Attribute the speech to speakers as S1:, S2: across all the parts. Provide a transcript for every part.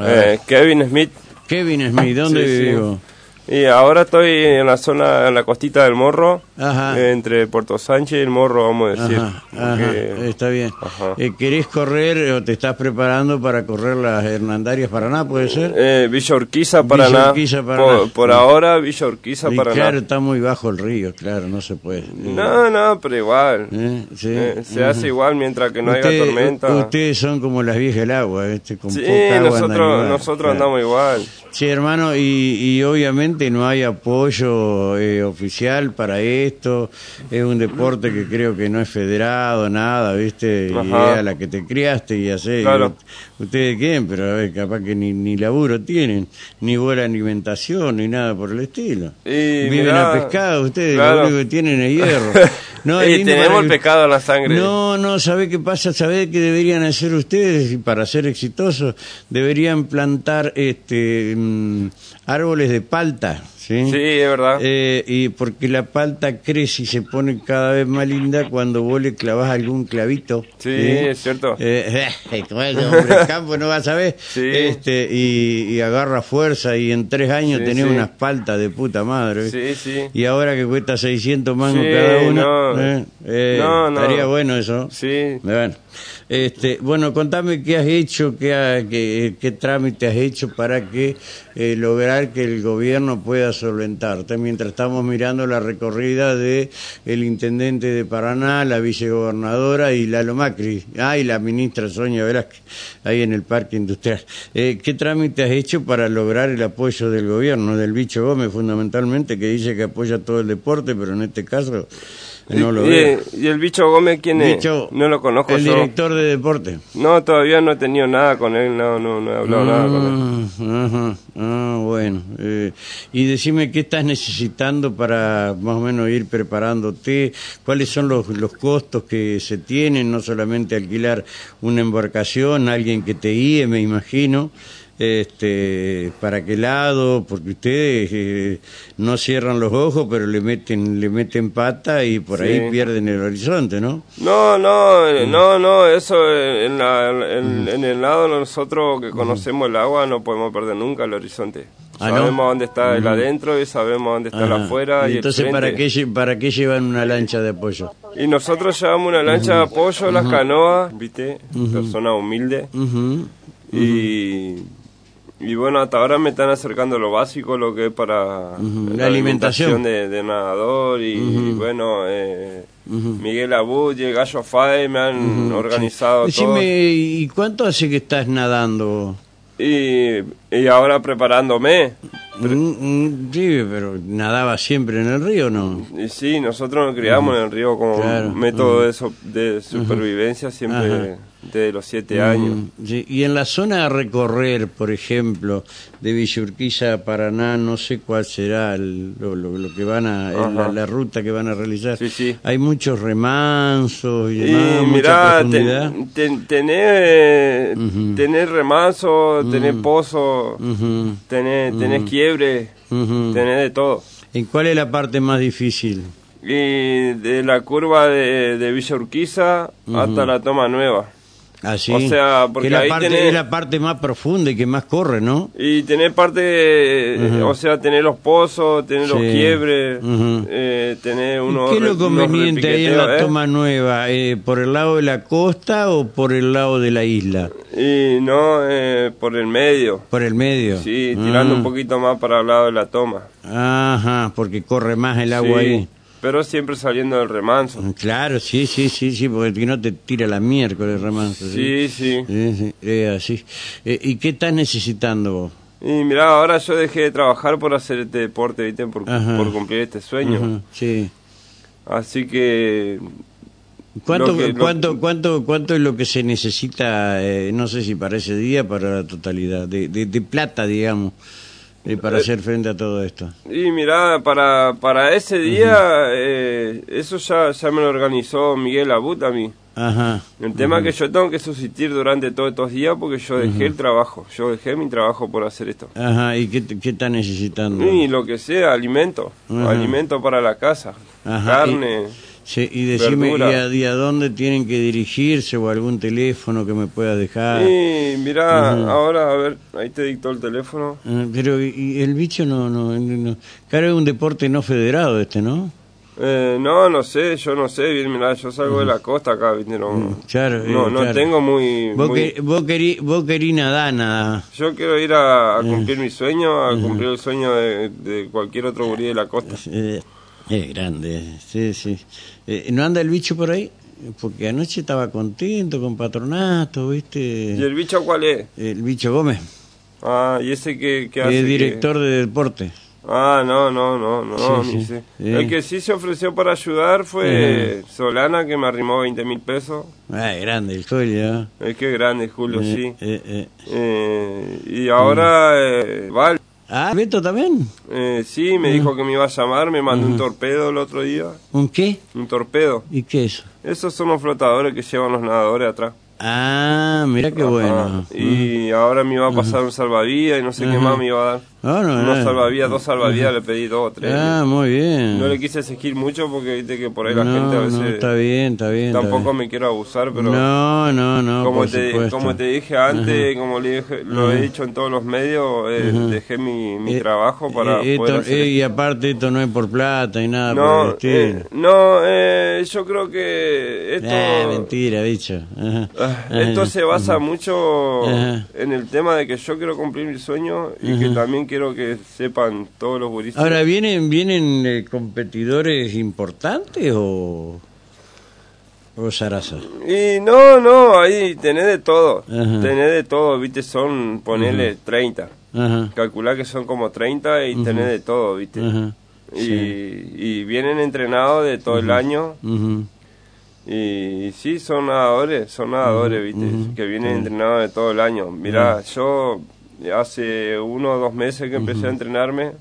S1: Eh, Kevin Smith.
S2: Kevin Smith, ¿dónde
S1: Sí, sí.
S2: vivo?
S1: Y ahora estoy en la zona, en la costita del Morro,
S2: Ajá.
S1: eh, entre Puerto Sánchez y el Morro, vamos a decir.
S2: Ajá, Ah, ajá,
S1: Porque-
S2: está bien.
S1: Ajá.
S2: Eh, ¿Querés correr o te estás preparando para correr las Hernandarias Paraná, puede ser?
S1: Eh, Villa Urquiza,
S2: Villa
S1: Paraná.
S2: Urquiza, Paraná.
S1: Por, por ahora, Villa Urquiza,
S2: Y
S1: Paraná.
S2: claro, está muy bajo el río, claro, no se puede.
S1: No, no, pero igual.
S2: Eh, sí,
S1: Eh, se
S2: ajá.
S1: hace igual mientras que no haya
S2: Ustedes-
S1: tormenta.
S2: Ustedes son como las viejas del agua, ¿viste? con
S1: sí,
S2: poca agua andan
S1: nosotros,
S2: igual,
S1: nosotros
S2: claro.
S1: andamos igual.
S2: Sí, hermano, y, y obviamente no hay apoyo eh, oficial para esto. Es un deporte que creo que no es federado, nada, ¿viste? Y
S1: Ajá.
S2: es a la que te criaste y hace.
S1: Claro.
S2: Ustedes quieren, pero a ver, capaz que ni, ni laburo tienen, ni buena alimentación, ni nada por el estilo.
S1: Y
S2: Viven
S1: mirá,
S2: a pescado ustedes,
S1: claro.
S2: lo único que tienen es hierro. es
S1: y
S2: lindo
S1: tenemos
S2: para
S1: el
S2: que-
S1: pecado en la sangre.
S2: no, no, ¿sabe qué pasa? ¿Sabe qué deberían hacer ustedes Y para ser exitosos? Deberían plantar este mm, árboles de palta, ¿sí?
S1: Sí, es verdad.
S2: Eh, y porque la palta crece y se pone cada vez más linda cuando vos le clavas algún clavito.
S1: Sí, es cierto.
S2: Eh, como es hombre del campo no vas a ver.
S1: Sí.
S2: Este, y, y agarra fuerza y en tres años
S1: Sí,
S2: tenés
S1: sí.
S2: unas paltas de puta madre.
S1: Sí, sí.
S2: Y ahora que cuesta 600 mangos
S1: Sí,
S2: cada una,
S1: no.
S2: eh, eh,
S1: No, no.
S2: estaría bueno eso.
S1: Sí.
S2: Bueno, este, bueno, contame qué has hecho, qué, ha- qué, qué trámite has hecho para que eh, lograr que el gobierno pueda solventarte. Mientras estamos mirando la recorrida de el intendente de Paraná, la vicegobernadora y Lalo Macri, ah, y la ministra Sonia Velázquez, ahí en el Parque Industrial. Eh, ¿Qué trámite has hecho para lograr el apoyo del gobierno, del bicho Gómez fundamentalmente, que dice que apoya todo el deporte, pero en este caso no lo
S1: y,
S2: veo?
S1: y el bicho Gómez, ¿quién es?
S2: Bicho,
S1: no lo conozco
S2: El
S1: yo.
S2: director de deporte.
S1: No, todavía no he tenido nada con él, no, no, no he hablado nada con él.
S2: Ah, ajá, ah, bueno. eh, y decime qué estás necesitando para más o menos ir preparándote, cuáles son los, los costos que se tienen, no solamente alquilar una embarcación, alguien que te guíe, me imagino. Este, para qué lado, porque ustedes eh, no cierran los ojos, pero le meten, le meten pata y por ahí
S1: Sí.
S2: pierden el horizonte, ¿no?
S1: No, no, eh, no, no, eso eh, en, la- en- en el lado nosotros que conocemos el agua no podemos perder nunca el horizonte.
S2: Ah, ¿no?
S1: sabemos dónde está el adentro y sabemos dónde está el
S2: Ajá.
S1: afuera y, el
S2: entonces, ¿para
S1: frente.
S2: qué, lle- ¿para qué llevan una lancha de apoyo?
S1: Y nosotros llevamos una lancha de apoyo, las canoas, viste, persona humilde.
S2: Ujú.
S1: Y, y bueno, hasta ahora me están acercando lo básico, lo que es para
S2: Ujú, la alimentación.
S1: de, de nadador y, y bueno, eh, Miguel Abulle, Gallo Fae me han organizado todo.
S2: Decime, ¿y cuánto hace que estás nadando?
S1: Y, y ahora preparándome.
S2: Mm, mm, sí, pero nadaba siempre en el río, ¿no?
S1: Y sí, nosotros nos criamos en el río como
S2: Claro,
S1: un método de, so- de supervivencia siempre
S2: Ajá.
S1: desde los siete años.
S2: Mm, sí, Y en la zona a recorrer, por ejemplo, de Villurquiza a Paraná, no sé cuál será el- lo, lo- lo que van a, el- la, la ruta que van a realizar.
S1: Sí, sí.
S2: Hay muchos remansos y,
S1: Y
S2: demás, mucha
S1: mirá,
S2: profundidad.
S1: ten- ten- tener, tener remazo, tener pozo,
S2: Ujú,
S1: tener,
S2: Mm.
S1: tener quiebre,
S2: ujú.
S1: tener de todo.
S2: ¿Y cuál es la parte más difícil?
S1: Y de la curva de, de Villa Urquiza hasta la toma nueva.
S2: Así.
S1: O sea, porque
S2: que la
S1: ahí
S2: parte,
S1: tenés-
S2: Ah, es la parte más profunda y que más corre, ¿no?
S1: Y tener parte, eh, o sea, tener los pozos, tener los
S2: Sí.
S1: quiebres,
S2: Ujú.
S1: eh, tener
S2: ¿Y
S1: unos...
S2: ¿Qué es
S1: re-
S2: lo
S1: unos
S2: conveniente ahí en la
S1: repiqueteos, ¿eh?
S2: toma nueva? Eh, ¿Por el lado de la costa o por el lado de la isla?
S1: Y no eh, por el medio,
S2: Por el medio.
S1: sí, tirando
S2: Ah,
S1: un poquito más para el lado de la toma.
S2: Ajá, porque corre más el agua
S1: Sí,
S2: ahí.
S1: Pero siempre saliendo del remanso.
S2: Claro, sí, sí, sí, sí, porque si no te tira la miércoles, remanso.
S1: Sí, sí.
S2: Sí, sí, eh, así. Eh, ¿Y qué estás necesitando vos?
S1: Y mirá, ahora yo dejé de trabajar por hacer este deporte, ¿viste? Por,
S2: Ajá.
S1: por cumplir este sueño.
S2: Ajá, sí.
S1: Así que...
S2: ¿Cuánto,
S1: lo que- lo-
S2: cuánto, cuánto, ¿Cuánto es lo que se necesita, eh, no sé si para ese día, para la totalidad, de, de, de plata, digamos, eh, para hacer frente a todo esto?
S1: Y mirá, para, para ese día, eh, eso ya, ya me lo organizó Miguel Abut a mí.
S2: Ajá.
S1: El tema es que yo tengo que subsistir durante todos estos días porque yo dejé el trabajo, yo dejé mi trabajo por hacer esto.
S2: Ajá, ¿y qué, qué está necesitando?
S1: Y lo que sea, alimento,
S2: Ajá.
S1: alimento para la casa,
S2: Ajá,
S1: carne.
S2: y- Sí, y decime, ¿y
S1: Verdura.
S2: a, y a dónde tienen que dirigirse o algún teléfono que me puedas dejar?
S1: Y mirá, ahora, a ver, ahí te dictó el teléfono.
S2: Ah, Pero y- y el bicho no, no, no- Claro, es un deporte no federado este, ¿no?
S1: Eh, no, no sé, yo no sé, bien, mirá, yo salgo de la costa acá, viste, no,
S2: Claro, eh,
S1: no, no
S2: claro.
S1: tengo muy...
S2: Vos,
S1: muy-
S2: que- vos querí, vos querí nadar, nada.
S1: Yo quiero ir a,
S2: Eh.
S1: a cumplir mi sueño, a cumplir el sueño de, de cualquier otro gurí de la costa.
S2: Eh, es grande, sí, sí. Eh, ¿No anda el bicho por ahí? Porque anoche estaba contento con patronato,
S1: ¿Y
S2: ¿viste?
S1: el bicho cuál es?
S2: El bicho Gómez,
S1: Ah, ¿y ese que, que hace?
S2: el
S1: que-
S2: director de deporte.
S1: Ah, no, no, no, no,
S2: Sí,
S1: ni
S2: sí.
S1: sé.
S2: Eh.
S1: El que sí se ofreció para ayudar fue Solana, que me arrimó 20 mil pesos.
S2: Ah, es grande el Julio.
S1: Es que grande, Julio,
S2: Eh,
S1: sí.
S2: eh, eh.
S1: Eh, y ahora, eh, Val,
S2: Ah, Beto también.
S1: eh, sí,
S2: Mm.
S1: me dijo que me iba a llamar, me mandó un torpedo el otro día.
S2: ¿Un qué?
S1: Un torpedo.
S2: ¿Y qué es eso?
S1: Esos son los flotadores que llevan los nadadores atrás.
S2: Ah, mira qué bueno. Mm.
S1: Ah, y ahora me iba a pasar un salvavidas y no sé qué más me iba a dar.
S2: Ah, no,
S1: Unos
S2: eh.
S1: salvavidas, dos salvavidas, le pedí dos o tres.
S2: Ah, muy bien.
S1: No le quise exigir mucho porque viste que por ahí la
S2: No,
S1: gente a veces...
S2: no, está bien, está bien. está
S1: Tampoco
S2: bien.
S1: me quiero abusar, pero
S2: No, no, no.
S1: como,
S2: por
S1: te,
S2: supuesto.
S1: como te dije antes, como le dije- lo he dicho en todos los medios, eh, dejé mi, mi
S2: Eh,
S1: trabajo para
S2: eh,
S1: poder
S2: esto-
S1: hacer
S2: eh,
S1: esto.
S2: y aparte esto no es por plata y nada por el
S1: No,
S2: estilo.
S1: eh, no eh, yo creo que esto,
S2: Ah, mentira, bicho. Ajá.
S1: eh, ah, esto se basa mucho
S2: Ajá.
S1: en el tema de que yo quiero cumplir mi sueño y que también quiero que sepan todos los gurises.
S2: Ahora, ¿vienen vienen eh, competidores importantes o, o zaraza?
S1: Y no, no, ahí tenés de todo,
S2: Ajá.
S1: tenés de todo, viste, son, ponele 30.
S2: Ajá,
S1: calcular que son como 30 y tenés de todo, ¿viste?
S2: ajá,
S1: Y, y vienen entrenados de todo el año
S2: ujú.
S1: y, y sí, son nadadores, son nadadores, ¿viste? Que vienen entrenados de todo el año. Mirá, yo hace uno o dos meses que empecé a entrenarme,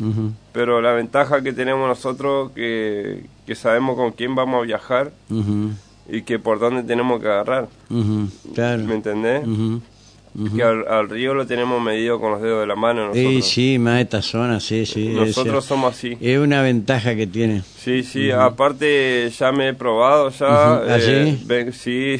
S2: Ujú,
S1: pero la ventaja que tenemos nosotros que, que sabemos con quién vamos a viajar
S2: ujú,
S1: y que por dónde tenemos que agarrar,
S2: ujú, Claro.
S1: ¿me entendés?
S2: ujú.
S1: Que al, al río lo tenemos medido con los dedos de la mano nosotros.
S2: Sí, sí, más esta zona, sí, sí. es
S1: Nosotros
S2: cierto.
S1: somos así.
S2: Es una ventaja que tiene.
S1: Sí, sí, aparte ya me he probado ya.
S2: Ujú, ¿ah,
S1: eh,
S2: sí?
S1: ven- sí.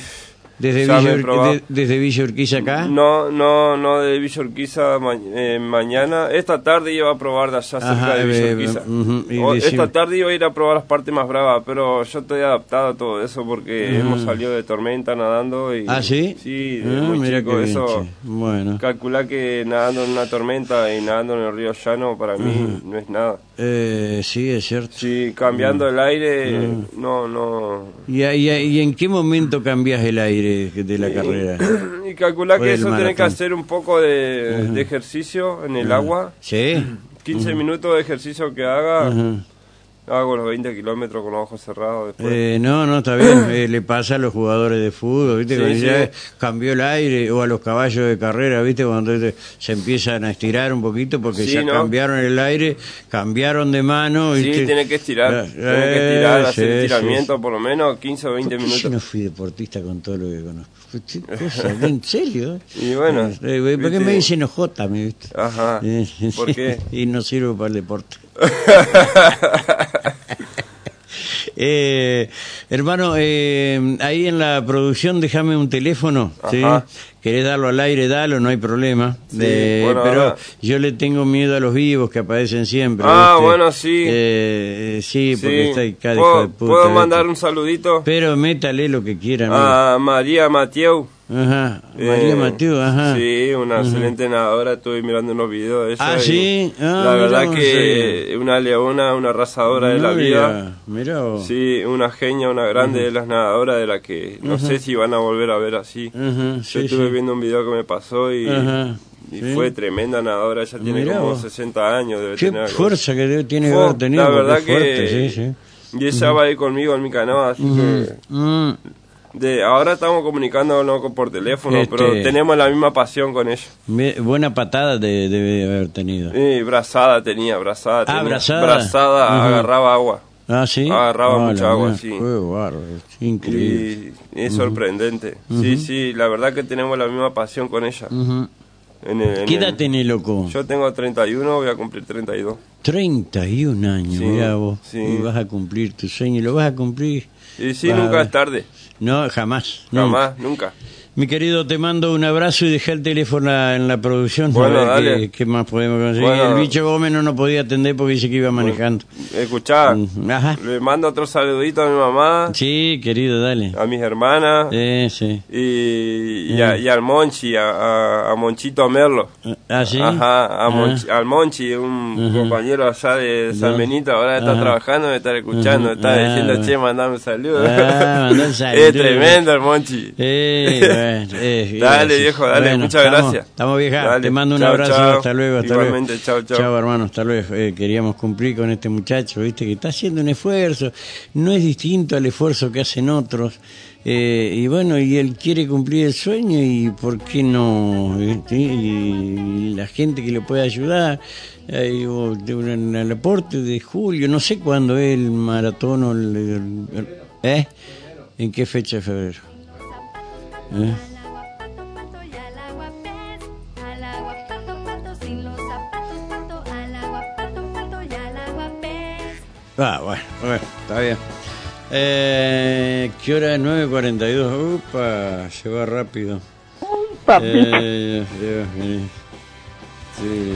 S2: Desde
S1: ya
S2: Villa,
S1: me he
S2: Ur-
S1: probado.
S2: de- desde Villa Urquiza acá.
S1: No, no, no de Villa Urquiza ma- eh, mañana. Esta tarde iba a probar de allá
S2: Ajá,
S1: cerca de Villa
S2: eh,
S1: Urquiza.
S2: ujú, y
S1: O-
S2: decime.
S1: esta tarde iba a ir a probar las partes más bravas, pero yo estoy adaptado a todo eso porque hemos salido de tormenta nadando. Y,
S2: ¿Ah, sí?
S1: Sí, de
S2: Ah,
S1: muy
S2: mira
S1: chico,
S2: qué bien,
S1: eso.
S2: che. Bueno.
S1: Calcular que nadando en una tormenta y nadando en el río Llano para mí no es nada.
S2: Eh, sí, es cierto.
S1: Sí, cambiando el aire, no, no.
S2: ¿Y, a- y a- y en qué momento cambias el aire de la carrera?
S1: Y calcular
S2: Por
S1: que
S2: el
S1: eso tenés que
S2: maratón.
S1: hacer un poco de, de ejercicio en el agua.
S2: ¿Sí?
S1: 15 minutos de ejercicio que haga,
S2: Ajá.
S1: hago los 20 kilómetros con los ojos cerrados después.
S2: Eh, no, no, está bien. Eh, le pasa a los jugadores de fútbol, ¿viste?
S1: Sí,
S2: Cuando
S1: sí.
S2: ya cambió el aire, o a los caballos de carrera, ¿viste? Cuando te- se empiezan a estirar un poquito porque
S1: Sí,
S2: ya
S1: ¿no?
S2: cambiaron el aire, cambiaron de mano.
S1: sí,
S2: ¿viste?
S1: tiene que estirar,
S2: Eh,
S1: tiene que estirar,
S2: sí,
S1: hacer
S2: sí,
S1: estiramiento por lo menos 15 o
S2: ¿Por
S1: 20
S2: qué Yo no
S1: minutos.
S2: fui deportista con todo lo que conozco. Pues, qué cosa, ¿En serio?
S1: Y bueno,
S2: Eh, güey, ¿Por qué
S1: viste.
S2: me dicen ojota? Me, viste?
S1: Ajá,
S2: Eh,
S1: ¿por qué?
S2: y no sirvo para el deporte. Eh, hermano, eh, ahí en la producción déjame un teléfono. ¿sí?
S1: Ajá.
S2: ¿Querés darlo al aire? Dalo, no hay problema.
S1: Sí,
S2: Eh,
S1: bueno,
S2: pero
S1: ahora-
S2: yo le tengo miedo a los vivos que aparecen siempre.
S1: Ah,
S2: ¿viste?
S1: bueno, sí.
S2: Eh, eh, sí, porque
S1: Sí,
S2: está ahí cada hijo de
S1: ¿Puedo,
S2: puta,
S1: ¿puedo
S2: ¿viste?
S1: mandar un saludito
S2: Pero métale lo que quiera. amigo.
S1: a María Mateu?
S2: Ajá.
S1: Eh,
S2: María Mateo, ajá.
S1: Sí, una excelente nadadora, estuve mirando unos videos de ella.
S2: Ah,
S1: y
S2: sí. Ah,
S1: la
S2: mira
S1: verdad
S2: vos,
S1: que una leona, una razadora de la
S2: No,
S1: vida.
S2: mira, mira vos.
S1: Sí, una genia, una grande de las nadadoras de la que no sé si van a volver a ver así.
S2: Ajá,
S1: Yo
S2: sí,
S1: estuve
S2: sí.
S1: viendo un video que me pasó y,
S2: Ajá,
S1: y
S2: sí.
S1: fue tremenda nadadora, ella tiene
S2: Mirá
S1: como
S2: vos.
S1: 60 años, debe
S2: Qué
S1: tener algo.
S2: fuerza que debe- tiene que
S1: Fue,
S2: haber tenido.
S1: la
S2: porque
S1: verdad
S2: es fuerte,
S1: que...
S2: sí, sí.
S1: Y ella va a ir conmigo en mi canoa, así que...
S2: Mm,
S1: De, ahora estamos comunicándonos con- por teléfono,
S2: Este-
S1: pero tenemos la misma pasión con ella.
S2: me- buena patada de- debe haber tenido.
S1: Y brazada tenía, brazada.
S2: Ah,
S1: tenía.
S2: brazada.
S1: Brazada,
S2: Ajá.
S1: agarraba agua.
S2: Ah, sí.
S1: Agarraba
S2: Ah,
S1: mucha
S2: la
S1: agua,
S2: mierda,
S1: sí.
S2: qué bárbaro, Increíble.
S1: Y es sorprendente. Sí, sí, la verdad que tenemos la misma pasión con ella.
S2: Ujú.
S1: En el- en
S2: ¿Qué
S1: el-
S2: edad tenés, loco?
S1: Yo tengo 31, voy a cumplir 32.
S2: 31 años,
S1: Sí,
S2: mirá vos.
S1: sí.
S2: Y vas a cumplir tu sueño, y lo vas a cumplir.
S1: Y sí,
S2: Vas a
S1: nunca
S2: ver.
S1: es tarde.
S2: No, jamás. nunca.
S1: Jamás, nunca.
S2: Mi querido, te mando un abrazo y dejé el teléfono a- en la producción. a
S1: Bueno,
S2: ver
S1: dale.
S2: Qué, qué más podemos conseguir?
S1: Bueno.
S2: el bicho Gómez no nos podía atender porque dice que iba manejando.
S1: Escuchá,
S2: Mm. Ajá.
S1: le mando otro saludito a mi mamá,
S2: Sí, querido, dale.
S1: a mis hermanas
S2: Eh, sí.
S1: y, y a- y al Monchi, a, a- a Monchito Merlo.
S2: ¿Ah, sí?
S1: Ajá, a
S2: Ah,
S1: Monchi- al Monchi, un compañero allá de San
S2: Ya.
S1: Benito, ahora está
S2: Ajá.
S1: trabajando, me está escuchando,
S2: Ujú.
S1: está
S2: Ah,
S1: diciendo,
S2: bueno.
S1: che, mandame un saludo.
S2: Ah, mandá un saludo.
S1: es tremendo el Monchi.
S2: Eh, bueno,
S1: Dale,
S2: eh, gracias.
S1: viejo, dale, muchas
S2: estamos-
S1: gracias.
S2: Estamos vieja,
S1: Dale,
S2: te mando un
S1: chao,
S2: abrazo,
S1: chao.
S2: hasta luego, hasta
S1: Igualmente,
S2: luego.
S1: chao, chao.
S2: hermano, hasta luego. Eh, queríamos cumplir con este muchacho, viste, que está haciendo un esfuerzo, no es distinto al esfuerzo que hacen otros. Eh, y bueno, y él quiere cumplir el sueño y por qué no, ¿viste? y la gente que le puede ayudar, Ahí hubo de un- en el aporte de julio, no sé cuándo es el maratón o el- el- el- ¿eh? ¿En qué fecha de febrero? ¿Eh?
S3: Al agua pato pato y al agua pez, al agua pato pato sin los zapatos pato, al agua pato pato y al agua pez.
S2: Ah, bueno, bueno, está bien. Eh, ¿Qué hora es? 9.42. Upa, se va rápido. Eh, eh, eh. Sí.